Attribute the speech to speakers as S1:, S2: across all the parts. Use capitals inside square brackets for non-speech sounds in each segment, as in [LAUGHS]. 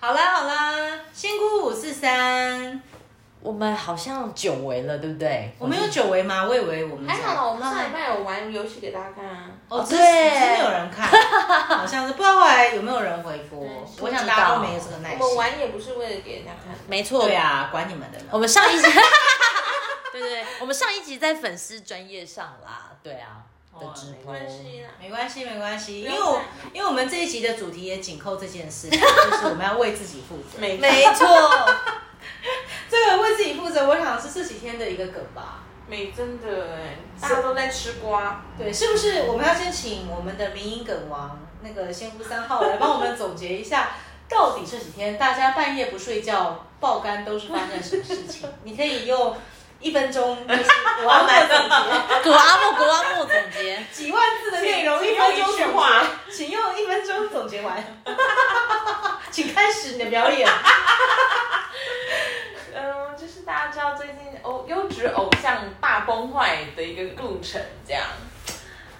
S1: 好啦好啦，仙姑五四三，
S2: 我们好像久违了，对不对？
S1: 我们有久违吗？我以为我们
S3: 还好
S1: 在
S3: 啦，我们上礼拜有玩游戏给大家看啊。
S1: 哦，
S2: 哦
S1: 只是
S2: 对
S1: 只是没有人看，好像是不知道后来有没有人回复
S3: 对。
S1: 我想
S2: 不知道
S1: 大家都没有这个耐
S3: 我们
S1: 心。
S3: 玩也不是为了给人家看，
S2: 没错，
S1: 对啊，管你们的
S2: 我
S1: 呢。
S2: 们
S3: [LAUGHS]
S2: 上一集，对对对，我们上一集在粉丝专业上啦，对啊的直
S3: 哦没
S2: 播，
S3: 关系啦。
S1: 没关系，没关系，
S3: 用
S1: 因为我
S3: 看
S1: 因为我们这一集的主题也紧扣这件
S3: [LAUGHS]
S1: 事情，就是我们要为自己负责。
S3: 没
S2: 没错，
S1: [LAUGHS] 这个为自己负责，我想是这几天的一个梗吧。
S3: 没真的哎，大家都在吃瓜。
S1: 对，是不是我们要先请我们的民营梗王那个仙姑三号来帮我们总结一下，到底这几天大家半夜不睡觉爆肝都是发生什么事情？你可以用一分钟，就是我要来总结
S2: 啊古阿莫古阿莫总
S3: [LAUGHS]
S2: 结，
S1: 几万字的内容，
S3: 请
S1: 一
S3: 请用一
S1: 分钟
S3: 句
S1: 总
S3: 话
S1: 结，请用一分钟总结完，请开始你的表 [LAUGHS] 演。
S3: 嗯，就是大家知道最近偶优质偶像大崩坏的一个路程这样，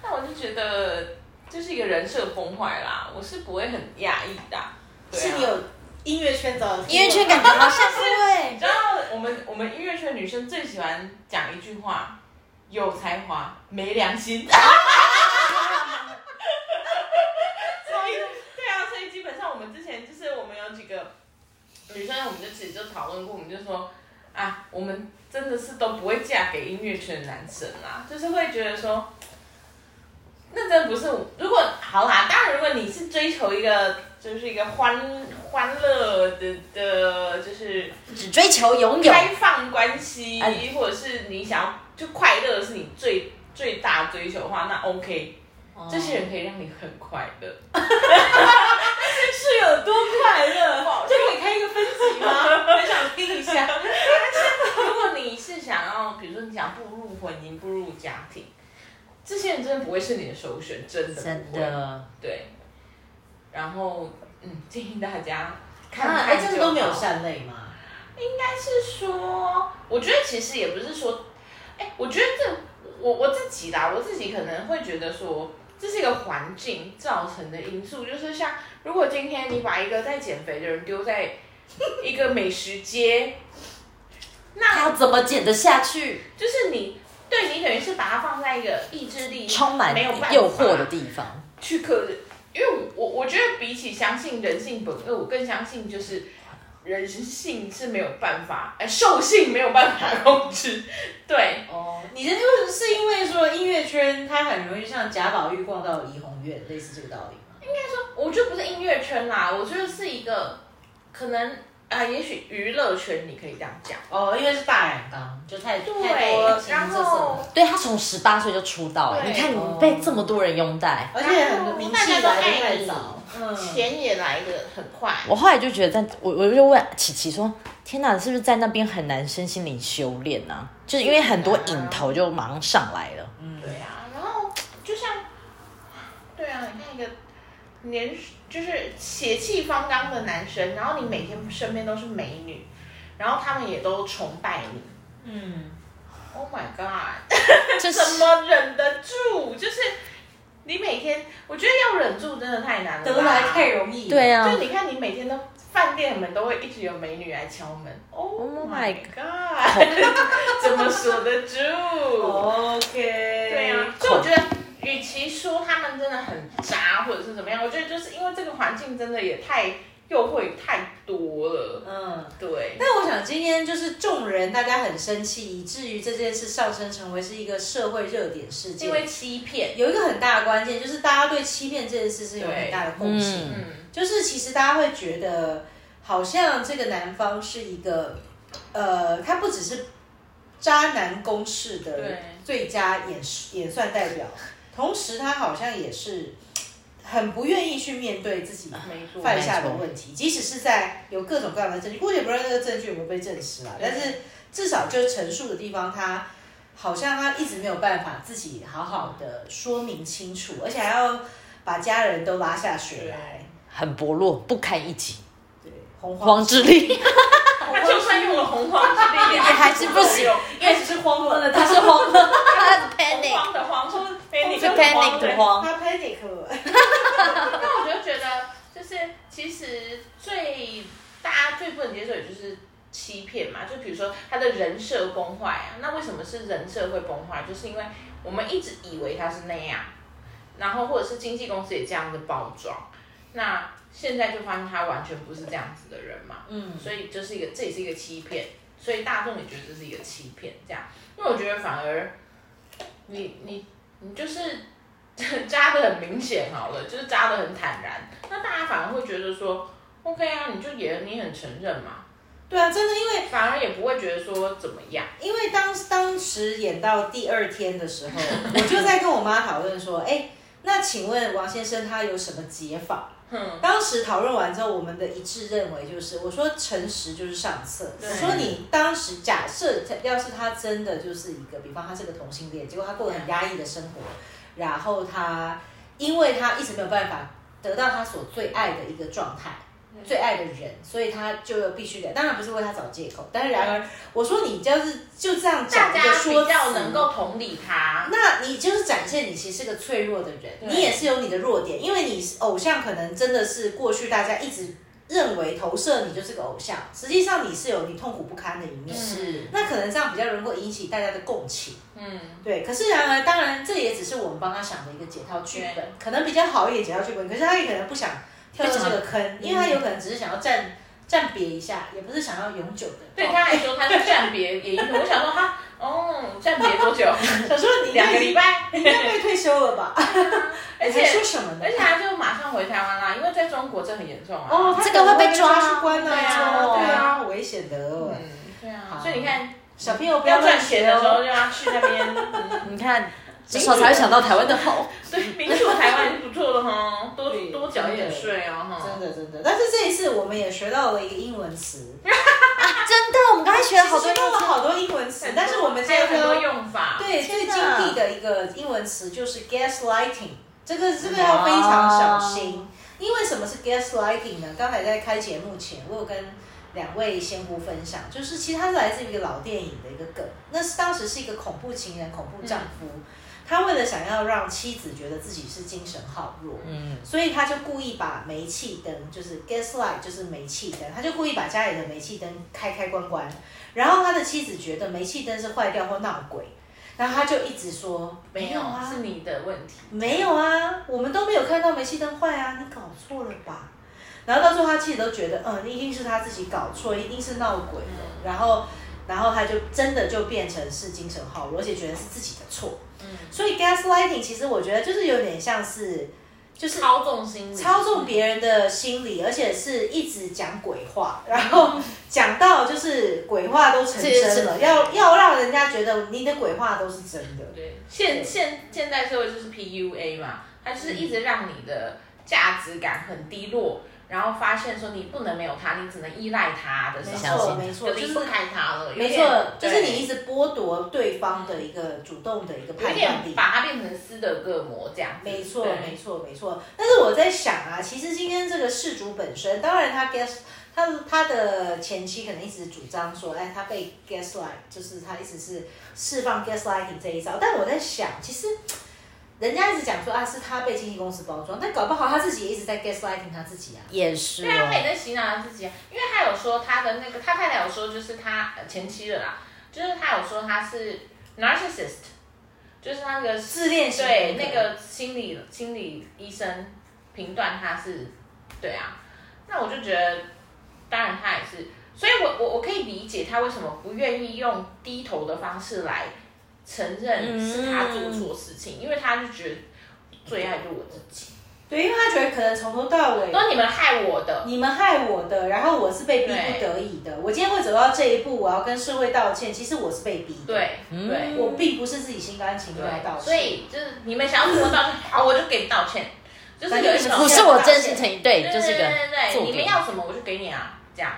S3: 那我就觉得就是一个人设崩坏啦，我是不会很讶异的啊。对啊
S1: 是你有音乐圈找
S2: 音乐圈感觉好像
S3: 你
S2: 对，
S3: 知道我们我们音乐圈女生最喜欢讲一句话：有才华没良心。 [LAUGHS] 所以对啊，所以基本上我们之前就是我们有几个女生，我们就其实就讨论过，我们就说啊，我们真的是都不会嫁给音乐圈的男生啦，就是会觉得说。那真的不是我，如果好啦，当然，如果你是追求一个就是一个欢欢乐的的，就是
S2: 只追求拥有，
S3: 开放关系
S2: 哎，
S3: 或者是你想要就快乐是你最最大追求的话，那 OK，这些人可以让你很快 [LAUGHS] 乐。
S1: 是有多快乐？
S3: 哇
S1: 这可以开一个分级吗？ [LAUGHS] 很想听一下。
S3: [LAUGHS] 如果你是想要，比如说你想步入婚姻、步入家庭，这些人真的不会是你的首选，真的
S2: 真
S3: 不会。
S2: 的，
S3: 对，然后嗯，建议大家看
S1: 啊，
S3: 看、
S1: 哎，这个都没有善类吗？
S3: 是说，我觉得其实也不是说，哎、我觉得这我我自己啦，我自己可能会觉得说，这是一个环境造成的因素，就是像如果今天你把一个在减肥的人丢在一个美食街，
S2: 他要
S3: 那
S2: 怎么减得下去？
S3: 就是你对你等于是把它放在一个意志力
S2: 充满
S3: 没有办法
S2: 诱惑的地方，
S3: 去克制，因为我我我觉得比起相信人性本恶，我更相信就是人性是没有办法，哎、兽性没有办法控制，对。
S1: 哦，你这就是因为说音乐圈它很容易像贾宝玉逛到怡红院，类似这个道理吗？
S3: 我觉得不是音乐圈啦，我觉得是一个可能啊、也许娱乐圈你可以这样讲。
S1: 哦，因为是大染缸，就太太多了
S3: 对，然
S1: 形形色色
S3: 后
S1: 的
S2: 对他从十八岁就出道，哎
S3: 对哦
S2: 你看你被这么多人拥戴，
S1: 而且很多名气
S3: 大家
S1: 来的
S3: 都爱
S1: 太
S3: 你
S1: 早，嗯，
S3: 钱也来的很快，
S2: 我后来就觉得在，我我就问琪琪说：“天哪，是不是在那边很难身心灵修炼啊？就是因为很多影头就马上上来了。
S1: 嗯
S3: 对啊，然后就像，对啊，你看一个年就是血气方刚的男生，然后你每天身边都是美女，然后他们也都崇拜你。
S1: 嗯，
S3: Oh my god！
S2: 这是
S3: 怎么忍得住？就是你每天，我觉得要忍住真的太难了吧，
S1: 得来太容易，
S2: 对，啊
S3: 就，你看，你每天都饭店门都会一直有美女来敲门。Oh my god！怎 [LAUGHS] 么锁得住？
S1: ，OK，
S3: 对
S1: 对
S3: 啊，所以我觉得，与其说他们真的很渣或者是怎么样，我觉得就是因为这个环境真的也太诱惑也太多了。
S1: 嗯。
S3: 对，
S1: 但我想今天就是众人大家很生气，以至于这件事上升成为是一个社会热点事件。
S3: 因为欺骗，
S1: 有一个很大的关键就是大家对欺骗这件事是有很大的共性，
S2: 嗯
S3: 嗯，
S1: 就是其实大家会觉得好像这个男方是一个，呃，他不只是渣男公式的
S3: 对
S1: 最佳演示演算代表，同时他好像也是很不愿意去面对自己
S3: 没错，
S1: 犯下的问题，即使是在有各种各样的证据，姑且不论那个证据有没有被证实啦，
S3: 对
S1: 但是至少就是陈述的地方，他好像他一直没有办法自己好好的说明清楚，而且还要把家人都拉下水来，
S2: 很薄弱，不堪一击，
S1: 对，洪
S2: 黄
S1: 荒
S2: 之力。
S3: 他就算用了洪荒之力，也还
S2: 是不行
S3: 用
S1: 因为只是慌了，
S2: 他是慌了，他是
S3: 洪
S2: panic，
S3: 荒的荒，说
S2: 你
S3: panic
S2: 是
S3: 的荒
S2: panic
S3: 对
S2: 的慌。
S1: 他 panic 了，
S3: 那我就觉得，就是其实最最大家最不能接受，也就是欺骗嘛。就比如说他的人设崩坏啊，那为什么是人设会崩坏？就是因为我们一直以为他是那样，然后或者是经纪公司也这样的包装，那现在就发现他完全不是这样子的人嘛。
S1: 嗯，
S3: 所以就是一个，这也是一个欺骗，所以大众也觉得这是一个欺骗，这样。那我觉得反而你你你就是扎的很明显好了，就是扎的很坦然，那大家反而会觉得说，OK 啊，你就也你很承认嘛，
S1: 对啊，真的，因为
S3: 反而也不会觉得说怎么样。
S1: 因为当当时演到第二天
S3: [LAUGHS]
S1: 的时候，我就在跟我妈讨论说，哎，那请问王先生他有什么解法？
S3: 哼，
S1: 当时讨论完之后，我们的一致认为就是，我说诚实就是上策。
S3: 对
S1: 我说你当时假设，要是他真的就是一个，比方他是个同性恋，结果他过得很压抑的生活，然后他因为他一直没有办法得到他所最爱的一个状态，最爱的人，所以他就必须得，当然不是为他找借口，但是然而，我说你就是就这样
S3: 大
S1: 讲一
S3: 家
S1: 个说
S3: 比
S1: 辞，
S3: 较能够同理他，
S1: 那你就是展现你其实是个脆弱的人，
S3: 对
S1: 你也是有你的弱点，因为你是偶像可能真的是过去大家一直认为投射你就是个偶像，实际上你是有你痛苦不堪的一面，
S3: 是
S1: 那可能这样比较能够引起大家的共情。
S3: 嗯，
S1: 对，可是然而，当然这也只是我们帮他想的一个解套剧本
S3: 对，
S1: 可能比较好一点解套剧本，可是他也可能不想跳进这个坑，因为他有
S3: 嗯
S1: 可能只是想要暂暂别一下，也不是想要永久的。
S3: 对他来说他是暂别演艺圈，我想说他哦暂别多
S2: [LAUGHS]
S3: 久？ [LAUGHS]
S1: 想说你
S3: 两个礼拜。 [LAUGHS]
S1: 你应该被退休了吧？ [LAUGHS]
S3: 而且
S1: 还说什么呢
S3: 而？且他就马上回台湾啦，因为在中国这很严重啊。
S1: 哦，他
S2: 这个会被抓
S1: 可能去关
S3: 对
S1: 啊，
S3: 啊
S1: 哦
S3: 对啊
S1: 危险的。哦
S3: 嗯，对啊，所以你看，
S1: 小朋友不
S3: 要
S1: 乱哦
S3: 赚钱的时候就要去那
S1: [LAUGHS]
S3: 边。嗯
S2: 你看，这时候才会想到台湾的好。
S3: 对，民主台湾也是不错的哈，多
S1: 对
S3: 多缴一点税哦哈
S1: 真。的真的，但是这一次我们也学到了一个英文词，
S3: [LAUGHS]
S2: 真的，我们刚才学了好多
S1: 学
S2: 英
S1: 到了
S2: 文。
S1: 好多英文词，但是我们
S3: 还有
S1: 这
S3: 很多
S1: 个
S3: 用法。
S1: 对最
S2: 天
S1: 精
S2: 哪
S1: 辟的一个英文词就是 gaslighting，这个这个要非常小心，因为什么是 gaslighting 呢？刚才在开节目前，我有跟两位仙姑分享，就是其实它是来自于一个老电影的一个梗，那是当时是一个恐怖情人、恐怖丈夫，
S2: 嗯
S1: 他为了想要让妻子觉得自己是精神好弱，
S2: 嗯，
S1: 所以他就故意把煤气灯，就是 gaslight，就是煤气灯，他就故意把家里的煤气灯开开关关。然后他的妻子觉得煤气灯是坏掉或闹鬼，然后他就一直说
S3: 没有，
S1: 啊
S3: 是，你的问题。
S1: 没有啊，我们都没有看到煤气灯坏啊，你搞错了吧？然后到最后他妻子都觉得，嗯，一定是他自己搞错，一定是闹鬼的。
S3: 嗯
S1: 然后，然后他就真的就变成是精神好弱，而且觉得是自己的错。
S3: 嗯，
S1: 所以 gaslighting 其实我觉得就是有点像是，就是
S3: 操纵心理。
S1: 操纵别人的心理，而且是一直讲鬼话，然
S3: 嗯
S1: 后讲到就是鬼话都成
S2: 是
S1: 真了，
S2: 是
S1: 要要让人家觉得你的鬼话都是真的。
S3: 对，现现现代社会就是 PUA 嘛，它就是一直让你的价值感很低落，然后发现说你不能没有它，你只能依赖它的
S1: 没
S3: 时
S2: 相
S3: 候，
S1: 错，
S2: 信
S1: 没错，
S3: 就
S1: 就
S3: 离
S1: 是
S3: 不开它了。有
S1: 没
S3: 点
S1: 错，就是你一
S3: 对
S1: 直剥夺对方的一个主动的一
S3: 有
S1: 个判断
S3: 点
S1: 力。
S3: 把它变成斯德哥尔摩这样子。
S1: 没错，
S3: 对
S1: 没错，没错。但是我在想啊，其实今天这个事主本身，当然他 gas，他他的前妻可能一直主张说，哎，他被 gaslight，就是他一直是释放 gaslighting 这一招。但我在想，其实人家一直讲说啊，是他被经纪公司包装，但搞不好他自己也一直在 gaslighting 他自己啊。
S2: 也是
S3: 对啊，他也
S2: 哦。
S3: 在洗脑他自己啊，因为他有说他的那个，他太太有说就是他呃前妻的啦，就是他有说他是 narcissist，就是那个
S1: 自恋型
S3: 对
S1: 人格
S3: 那个心理心理医生评断他是，对啊，那我就觉得，当然他也是，所以我我我可以理解他为什么不愿意用低头的方式来承认
S2: 嗯
S3: 是他做错事情，因为他就觉得最爱就是我自己，
S1: 对，因为他觉得可能从头到尾
S3: 都是你们害我的，
S1: 你们害我的，然后我是被逼不
S3: 对
S1: 得已的。我今天会走到这一步，我要跟社会道歉，其实我是被逼的。
S3: 对对。
S2: 嗯
S1: 我并不是自己心甘情愿来道
S3: 对，
S1: 歉，
S3: 所以就是你们想要怎么道歉，好，我就给你道歉，就是有一种
S2: 不是我真心诚意，啊对，
S3: 对
S2: 就是
S3: 对
S2: 个
S3: 对对，
S2: 做
S3: 你们
S2: 给。
S3: 要什么我就给你啊，这样。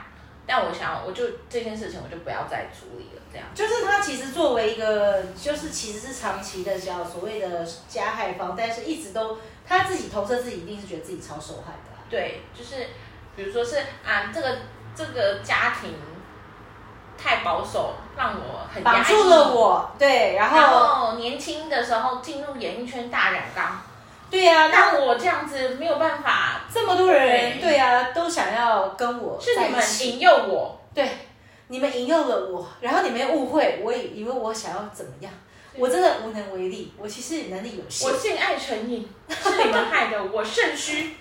S3: 但我想，我就这件事情我就不要再处理了，这样。
S1: 就是他其实作为一个，就是其实是长期的叫所谓的加害方，但是一直都他自己投射自己，一定是觉得自己超受害的啊、
S3: 对，就是比如说是啊，这个这个家庭太保守，让我很压抑
S1: 绑
S3: 哦
S1: 住了。我，对，然
S3: 然
S1: 后
S3: 后年轻的时候进入演艺圈大染缸，
S1: 对呀、那
S3: 那我这样子没有办法，
S1: 这么多人，
S3: 对
S1: 对呀、都想要跟我
S3: 是
S1: 在
S3: 你
S1: 一
S3: 们
S1: 起
S3: 引诱我，
S1: 对，你们引诱了我，然后你们又误会，我以以为我想要怎么样，我真的无能为力，我其实能力有限
S3: 我。性爱成瘾，是你们害的，我肾虚，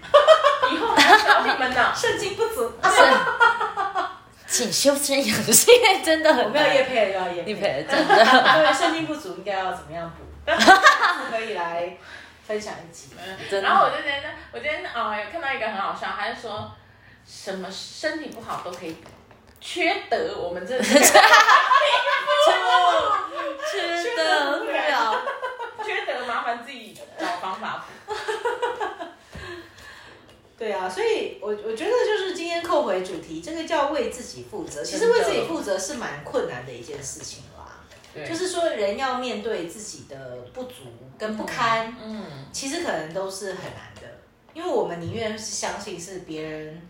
S3: 以后还要找你们呢。
S1: 肾精不足，啊
S2: [LAUGHS] 请修身养 [LAUGHS] 性，真的
S1: 我
S2: 很
S1: 没有
S2: 难
S1: 叶配，不要叶
S2: 你
S1: 配。
S2: 陪真的。
S1: 对，肾精不足应该要怎么样补？可以来分享一集。
S2: 真的
S3: 然后我就觉得，我今天哦，有看到一个很好笑，他就说什么身体不好都可以补，缺德，我们这
S2: 吃
S3: 得
S2: 得
S3: 不
S2: 了
S3: 了，缺德，麻烦自己找方法补。
S1: 对啊，所以我我觉得就是今天扣回主题，这个叫为自己负责。其实为自己负责是蛮困难的一件事情啦，
S3: 对
S1: 就是说人要面对自己的不足跟不堪，
S3: 嗯，
S1: 其实可能都是很难的，因为我们宁愿是相信是别人，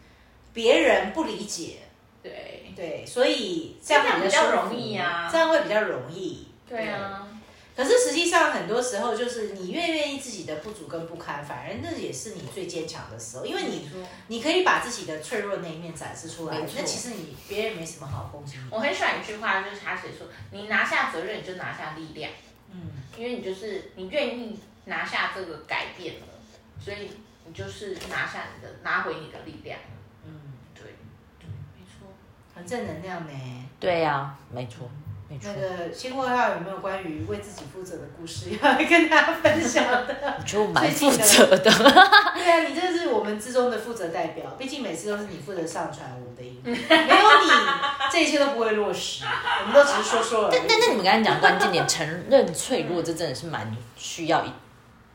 S1: 别人不理解，
S3: 对，
S1: 对，所以这样
S3: 这样
S1: 比
S3: 比
S1: 较
S3: 较
S1: 舒服
S3: 容易啊
S1: 这样会比较容易。
S3: 对啊，
S1: 可是实际上，很多时候就是你越愿意自己的不足跟不堪，反而那也是你最坚强的时候，因为你
S3: 说，
S1: 你可以把自己的脆弱那一面展示出来
S2: 没。错
S1: 那其实你别人没什么好攻击你。
S3: 我很喜欢一句话，就是他写说，你拿下责任，你就拿下力量，
S1: 嗯，
S3: 因为你就是你愿意拿下这个改变了，所以你就是拿下你的，拿回你的力量。
S1: 嗯，
S3: 对，没错，
S1: 很正能量呢。
S2: 对呀、没错，没错
S1: 那。个新货号有没有关于为自己负责的故事要来跟大家分享的？
S2: [LAUGHS] 我觉得我蛮负责的，
S1: 对啊，你这是我们之中的负责代表，毕竟每次都是你负责上传我们的音，没有你，这一切都不会落实，我们都只是说说而
S2: 但但
S1: 已。
S2: 是你们刚才讲关键点，承认脆弱，这真的是蛮需要一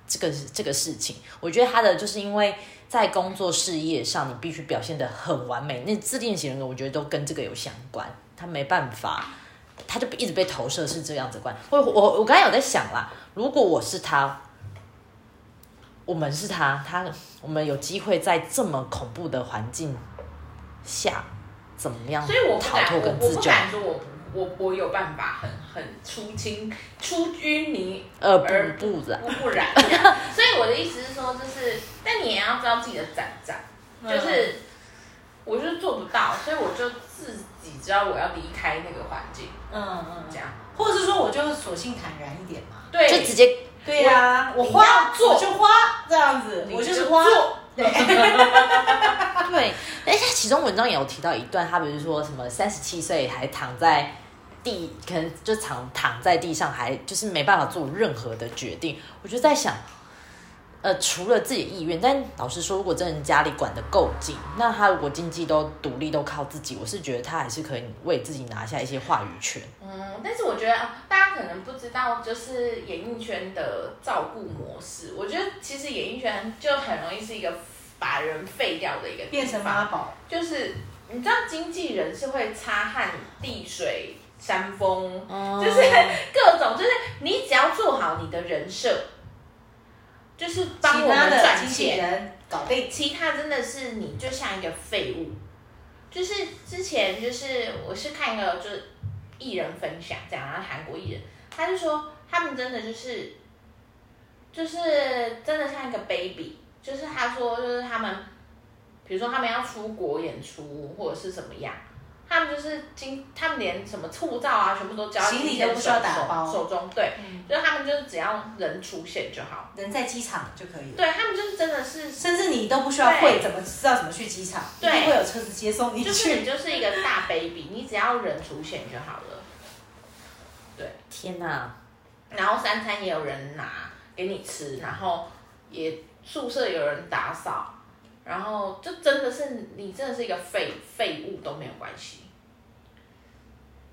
S2: 这个这个事情。我觉得他的就是因为在工作事业上，你必须表现的很完美，那自恋型人格我觉得都跟这个有相关，他没办法。他就一直被投射是这样子观，我我我刚才有在想啦，如果我是他，我们是他，他我们有机会在这么恐怖的环境下，怎么样
S3: 所以我不
S2: 啊逃
S3: 敢，
S2: 脱
S3: 我
S2: 跟
S3: 我
S2: 自
S3: 不
S2: 救？
S3: 敢说我我我有办法很很出清出淤泥
S2: 呃，
S3: 而
S2: 不不的，
S3: 不不染。所以我的意思是说，就是但你也要知道自己的展展，就是我就是做不到，所以我就自己知道我要离开那个环境，
S1: 嗯嗯
S3: 这，样
S1: 或者是说我就索性坦然一点嘛。
S3: 对，
S2: 就直接
S1: 对呀、我
S3: 你
S1: 花
S3: 要做
S1: 我就花这样子，
S3: 你
S1: 我就是
S3: 就
S1: 花。
S3: 做
S2: 对。而且哎其中文章也有提到一段，他不是说什么三十七岁还躺在地，可能就躺躺在地上，还就是没办法做任何的决定。我就在想，呃，除了自己的意愿，但老实说，如果真的家里管得够紧，那他如果经济都独立都靠自己，我是觉得他还是可以为自己拿下一些话语权。
S3: 嗯，但是我觉得啊大家可能不知道，就是演艺圈的照顾模式。我觉得其实演艺圈就很容易是一个把人废掉的一个地
S1: 变成
S3: 方
S1: 妈宝，
S3: 就是你知道经纪人是会擦汗、递水、扇风，
S2: 哦
S3: 就是各种，就是你只要做好你的人设，就是帮
S1: 其
S3: 我
S1: 他
S3: 们
S1: 的
S3: 赚
S1: 经纪
S3: 钱。
S1: 人搞定。
S3: 其他真的是你就像一个废物，就是之前就是我是看一个就是艺人分享这样，然后韩国艺人他就说他们真的就是就是真的像一个 baby，就是他说就是他们，比如说他们要出国演出或者是怎么样，他们就是经他们连什么护照啊全部都交在
S1: 行李
S3: 经纪人
S1: 都不需要
S3: 手
S1: 打包嗯
S3: 手手中，对，就是他们就是只要人出现就好，
S1: 人在机场就可以了，
S3: 对他们就是真的是
S1: 甚至你都不需要
S3: 对
S1: 会怎么知道怎么去机场，一
S3: 对
S1: 定会有车子接送你
S3: 就是你
S1: 去。
S3: 就是一个大 baby，你只要人出现就好了。对，
S2: 天哪、
S3: 然后三餐也有人拿给你吃，然后也宿舍有人打扫，然后就真的是你真的是一个废废物都没有关系。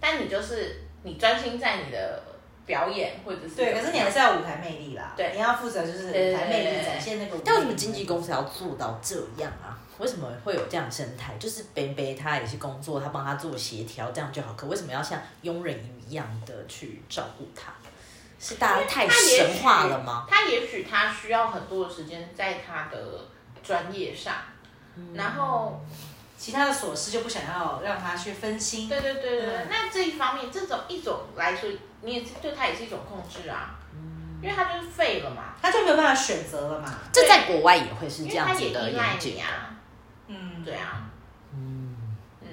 S3: 但你就是你专心在你的表演或者是
S1: 对，可是你还是要舞台魅力啦。
S3: 对
S1: 你要负责就是舞台魅力展现那个舞台魅力。
S2: 但为什么经纪公司要做到这样啊？为什么会有这样的生态？就是北北他也是工作，他帮他做协调，这样就好。可为什么要像佣人一样的去照顾他？是大家太神化了吗？
S3: 他也许他需要很多的时间在他的专业上，
S1: 嗯
S3: 然后
S1: 其他的琐事就不想要让他去分心？
S3: 对对对对，对
S1: 嗯
S3: 那这一方面，这种一种来说，你也是对他也是一种控制啊。因为他就是废了嘛，
S1: 他就没有办法选择了嘛。
S2: 这在国外也会是
S3: 因
S2: 这
S3: 为
S2: 样
S3: 他也
S2: 子的
S3: 依
S2: 严
S3: 赖
S2: 谨
S3: 你。啊，
S1: 嗯，
S3: 对啊，
S2: 嗯，
S3: 嗯，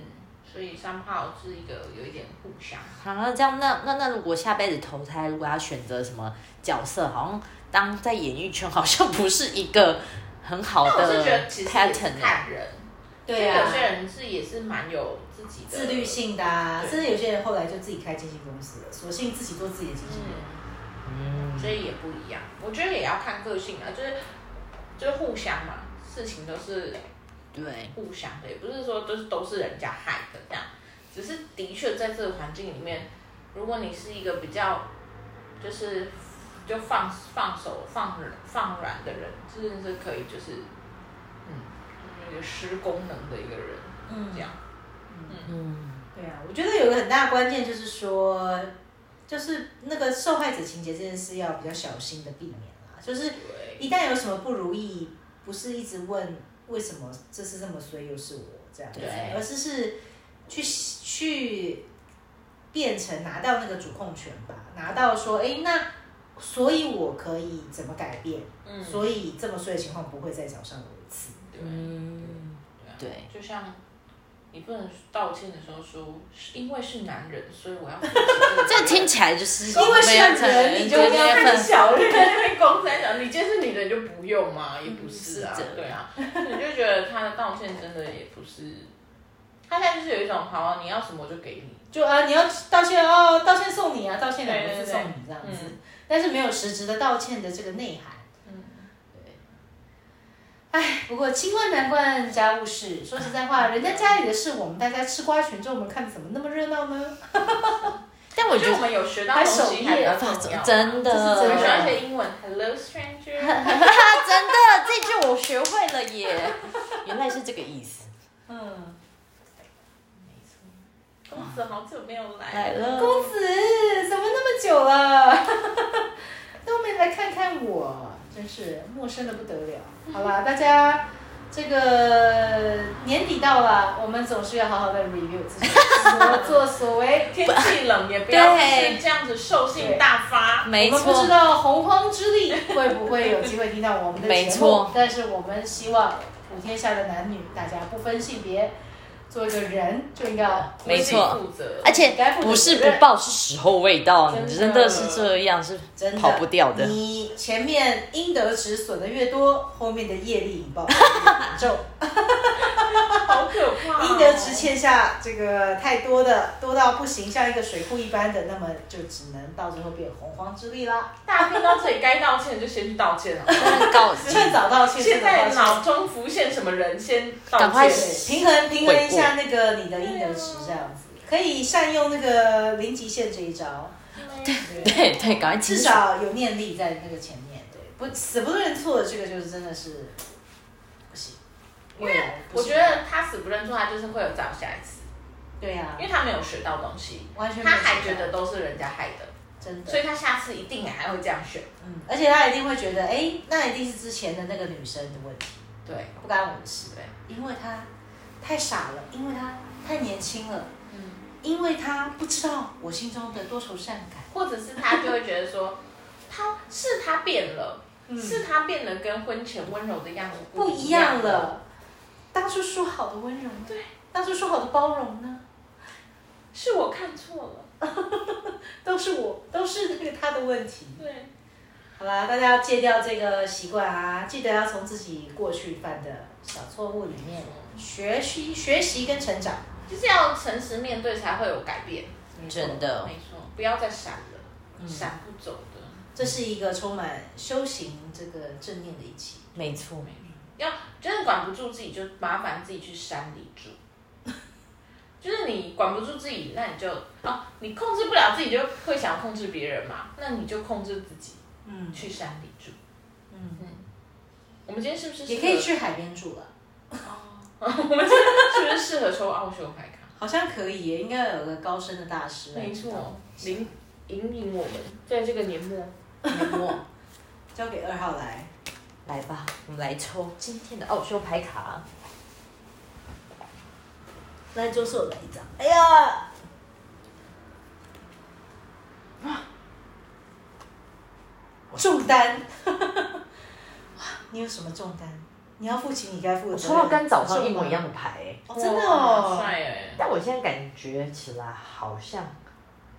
S3: 所以三炮是一个有一点互相，
S2: 好，那这样，那那那如果下辈子投胎，如果要选择什么角色，好像当在演艺圈好像不是一个很好
S3: 但我是觉
S2: 的
S3: 得其实也是
S2: pattern 欸。
S3: 看人，
S1: 对
S3: 因为
S1: 啊
S3: 有，些人是也是蛮有自己的
S1: 自律，性的啊，
S3: 对
S1: 甚至有些人后来就自己开经纪公司了，索性自己做自己的经纪人。
S3: 嗯，
S2: 嗯，
S3: 所以也不一样，我觉得也要看个性啊，就是就是互相嘛，事情都是
S2: 对，
S3: 互相的，也不是说都是都是人家害的这样，只是的确在这个环境里面，如果你是一个比较就是嗯就放放手放放软的人，真的是可以就是嗯，那个失功能的一个人
S1: 嗯
S3: 这样，
S2: 嗯，
S1: 对啊，我觉得有个很大的关键就是说，就是那个受害者情节这件事要比较小心的避免啦。就是
S3: 对，
S1: 一旦有什么不如意，不是一直问为什么这次这么衰又是我这样子
S3: 对，
S1: 而是是去去变成拿到那个主控权吧，拿到说，哎，那所以我可以怎么改变，
S3: 嗯，
S1: 所以这么衰的情况不会再找上我一次。
S3: 对，
S2: 嗯，对，
S3: 就像。你不能道歉的时候说，是因为是男人，所以我要
S2: 这听起来就是
S1: 因为是人，你就
S2: 对
S1: 不要
S2: 对
S1: 看
S2: 对
S1: 小人。
S3: 在那边公三讲，你今天是女的你就不用嘛，也不是啊，
S2: 是的
S3: 对啊，你就觉得他的道歉真的也不是，他现在就是有一种好、啊，你要什么我就给你，
S1: 就啊，你要道歉哦，道歉送你啊，道歉两个
S3: 对对
S1: 字
S3: 对
S1: 送你这样子，
S3: 嗯
S1: 但是没有实质的道歉的这个内涵。
S3: 嗯，
S1: 唉，不过清官难断家务事，说实在
S3: 嗯
S1: 话，人家家里的事，我们大家吃瓜群众，我们看怎么那么热闹呢？
S2: 但我
S3: 我觉
S2: 觉
S3: 得我
S2: 得
S3: 们有学到东西还比较重要，啊
S2: 真的，
S1: 这
S3: 我
S1: 是
S3: 们
S1: 真
S3: 学
S1: 的
S3: 到一些英文，Hello stranger，
S2: 真的，这句我学会了耶，原来是这个意思。
S1: 嗯，
S3: 公子好久没有来
S2: 来了，
S1: 公子怎么那么久了， [LAUGHS] 都没来看看我，真是陌生的不得了。好啦，大家这个年底到了，我们总是要好好的 review 自己所作所为。
S3: [LAUGHS] 天气冷也不要
S2: 对
S3: 是这样子兽性大发，
S2: [LAUGHS] 没
S1: 我们不知
S2: 错，
S1: 道洪荒之力会不会有机会听到我们的
S2: 没
S1: 节目
S2: 错，
S1: 但是我们希望普天下的男女，大家不分性别，做一个人就应该
S3: 为
S2: 没错
S3: 自己负责，
S2: 而且不是不报是时候未到，
S3: 真的
S2: 你真的是这样，是
S1: 真的
S2: 跑不掉的。
S1: 你前面应得止损的越多，后面的业力引
S2: [LAUGHS]
S1: 爆严重，
S3: 好可怕、哦，
S1: 应得值欠下这个太多的，多到不行，像一个水库一般的，那么就只能到最后变洪荒之力啦。
S3: 大家听到这里该道歉就先去道歉了。
S2: 告
S1: 趁早道歉，
S3: 现
S1: 趁早道
S3: 在
S1: 歉
S3: 脑中浮现什么人，先道
S2: 赶快
S3: 歉。
S1: 对平衡平衡一下那个你的应得值，这样子可以善用那个零极限这一招，对，
S2: 对对，赶快
S1: 至
S2: 清楚。
S1: 少有念力在那个前面，对，不死不认错，这个就是真的是不行。
S3: 因
S1: 未
S3: 为
S1: 来不
S3: 我
S1: 行
S3: 觉得他死不认错，他就是会有找下一次，
S1: 对啊呀
S3: 因，为他没有学到东西，
S1: 完全没
S3: 他
S1: 有
S3: 还
S1: 学
S3: 觉
S1: 到
S3: 得都是人家害的，
S1: 真
S3: 所
S1: 的，
S3: 以他下次一定也还会这样选。
S1: 嗯，而且他一定会觉得，哎，那一定是之前的那个女生的问题，
S3: 对，
S1: 不干我的事，
S3: 对，
S1: 因为她太傻了，因为她太年轻了，
S3: 嗯，
S1: 因为她不知道我心中的多愁善感，
S3: 或者是他就会觉得说，他是他变了，
S1: 嗯
S3: 是他变得跟婚前温柔的样子
S1: 不一
S3: 一
S1: 样
S3: 了。
S1: 了。当初说好的温柔呢？
S3: 对，
S1: 当初说好的包容呢？
S3: 是我看错了，
S1: 都是我，都是那个他的问题。
S3: 对，
S1: 好啦，大家要戒掉这个习惯啊，记得要从自己过去犯的小错误里面学习、学习跟成长。
S3: 就是要诚实面对才会有改变。
S1: 没错
S2: 真，的
S3: 没，错，不要再闪了，闪不走的。
S1: 这是一个充满修行这个正念的一集。
S2: 没错，
S3: 要真的管不住自己，就麻烦自己去山里住。 [LAUGHS] 就是你管不住自己，那你就哦，你控制不了自己，就会想要控制别人嘛。那你就控制自己，
S1: 嗯
S3: 去山里住。
S1: 嗯，
S3: 我们今天是不是
S1: 也可以
S3: 适
S1: 去海边住了，
S3: 合？我们今天是不是适合抽奥修
S1: [LAUGHS]
S3: 牌卡？
S1: 好像可以耶，应该有个高深的大师来
S3: 没
S1: 指导
S3: 错，引引领我们在这个年末。
S2: 年末
S1: 交给二号来。
S2: 来吧，我们来抽今天的奥修牌卡。
S1: 那就是我来一张。哎呀，
S2: 我
S1: 担。 [LAUGHS] 哇你有什么重担？你要负起你该负的
S2: 我
S1: 责
S2: 抽
S1: 任。
S2: 到跟早上一模一样的牌、欸，
S1: 哦，真的
S3: 哇，
S1: 哦
S3: 帅哎！
S2: 但我现在感觉起来好像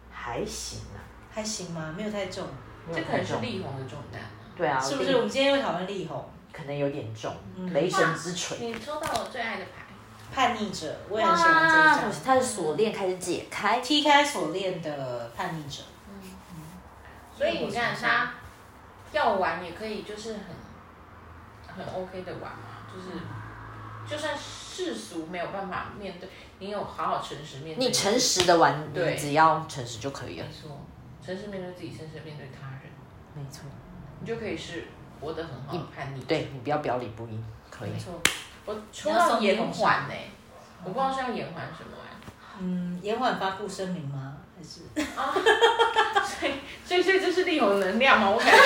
S2: 还行啊，
S1: 还行吗？没有太重，
S2: 没
S3: 这
S2: 有
S3: 可能
S2: 太
S3: 是
S2: 重。
S3: 力宏的重担啊。
S2: 对啊，
S1: 是不
S2: 力
S1: 是？我们今天又讨论力宏，
S2: 可能有点重？
S1: 嗯
S2: 雷神之锤。
S3: 你抽到我最爱的牌，
S1: 叛逆者，我也很喜欢这一张。
S2: 他的锁链开始解开，
S1: 踢开锁链的叛逆者，
S3: 所以你看他要玩也可以，就是很很 OK 的玩嘛，就是就算世俗没有办法面对，你有好好诚实面对。
S2: 你诚实的玩，
S3: 对
S2: 你只要诚实就可以了
S3: 没。错，诚实面对自己，诚实面对他人，
S2: 没错，
S3: 你就可以是活得很好的叛逆。，
S2: 对你不要表里不一，嗯
S1: [LAUGHS]
S2: 可以
S1: 没。错。
S3: 我抽到延缓呢、我不知道是要延缓什么哎、
S1: 嗯，延缓发布声明吗？还
S2: [LAUGHS]
S1: 是
S3: 所以所以这是力宏能量嘛，我感觉是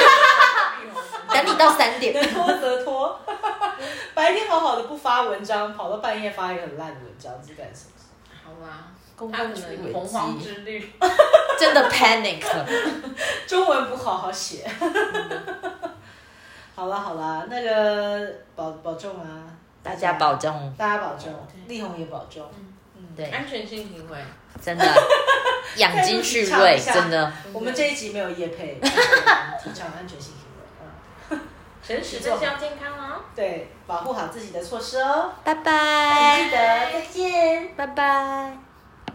S3: 力宏能量。
S2: [LAUGHS] 等你到三点，
S1: 能拖则拖？ [LAUGHS] 白天好好的不发文章，跑到半夜发一个很烂的文章，是干什么？
S3: 好啦，
S2: 公
S3: 他
S2: 关
S3: 可
S2: 处
S3: 能
S2: 理
S3: 洪荒
S2: 危机，
S3: 之力。
S2: 真的 panic 了。
S1: 中文不好好写。
S2: 嗯
S1: [LAUGHS] 好啦好啦，那个保保重啊，
S2: 大家保，重，
S1: 大家保重，
S3: 对
S1: 力宏也保重。
S2: 对，
S3: 安全性行为，
S1: [LAUGHS]
S2: 真的养精蓄
S1: 再录一
S2: 锐，
S1: 下
S2: 真的。
S1: 我们这一集没有夜配，
S2: [LAUGHS]
S1: 但是我们提倡安全性行为。嗯，
S3: 诚实但是要健康哦。
S1: 对，保护好自己的措施哦。
S2: 拜
S1: 记
S2: 拜，
S1: 得再见。
S2: 拜拜。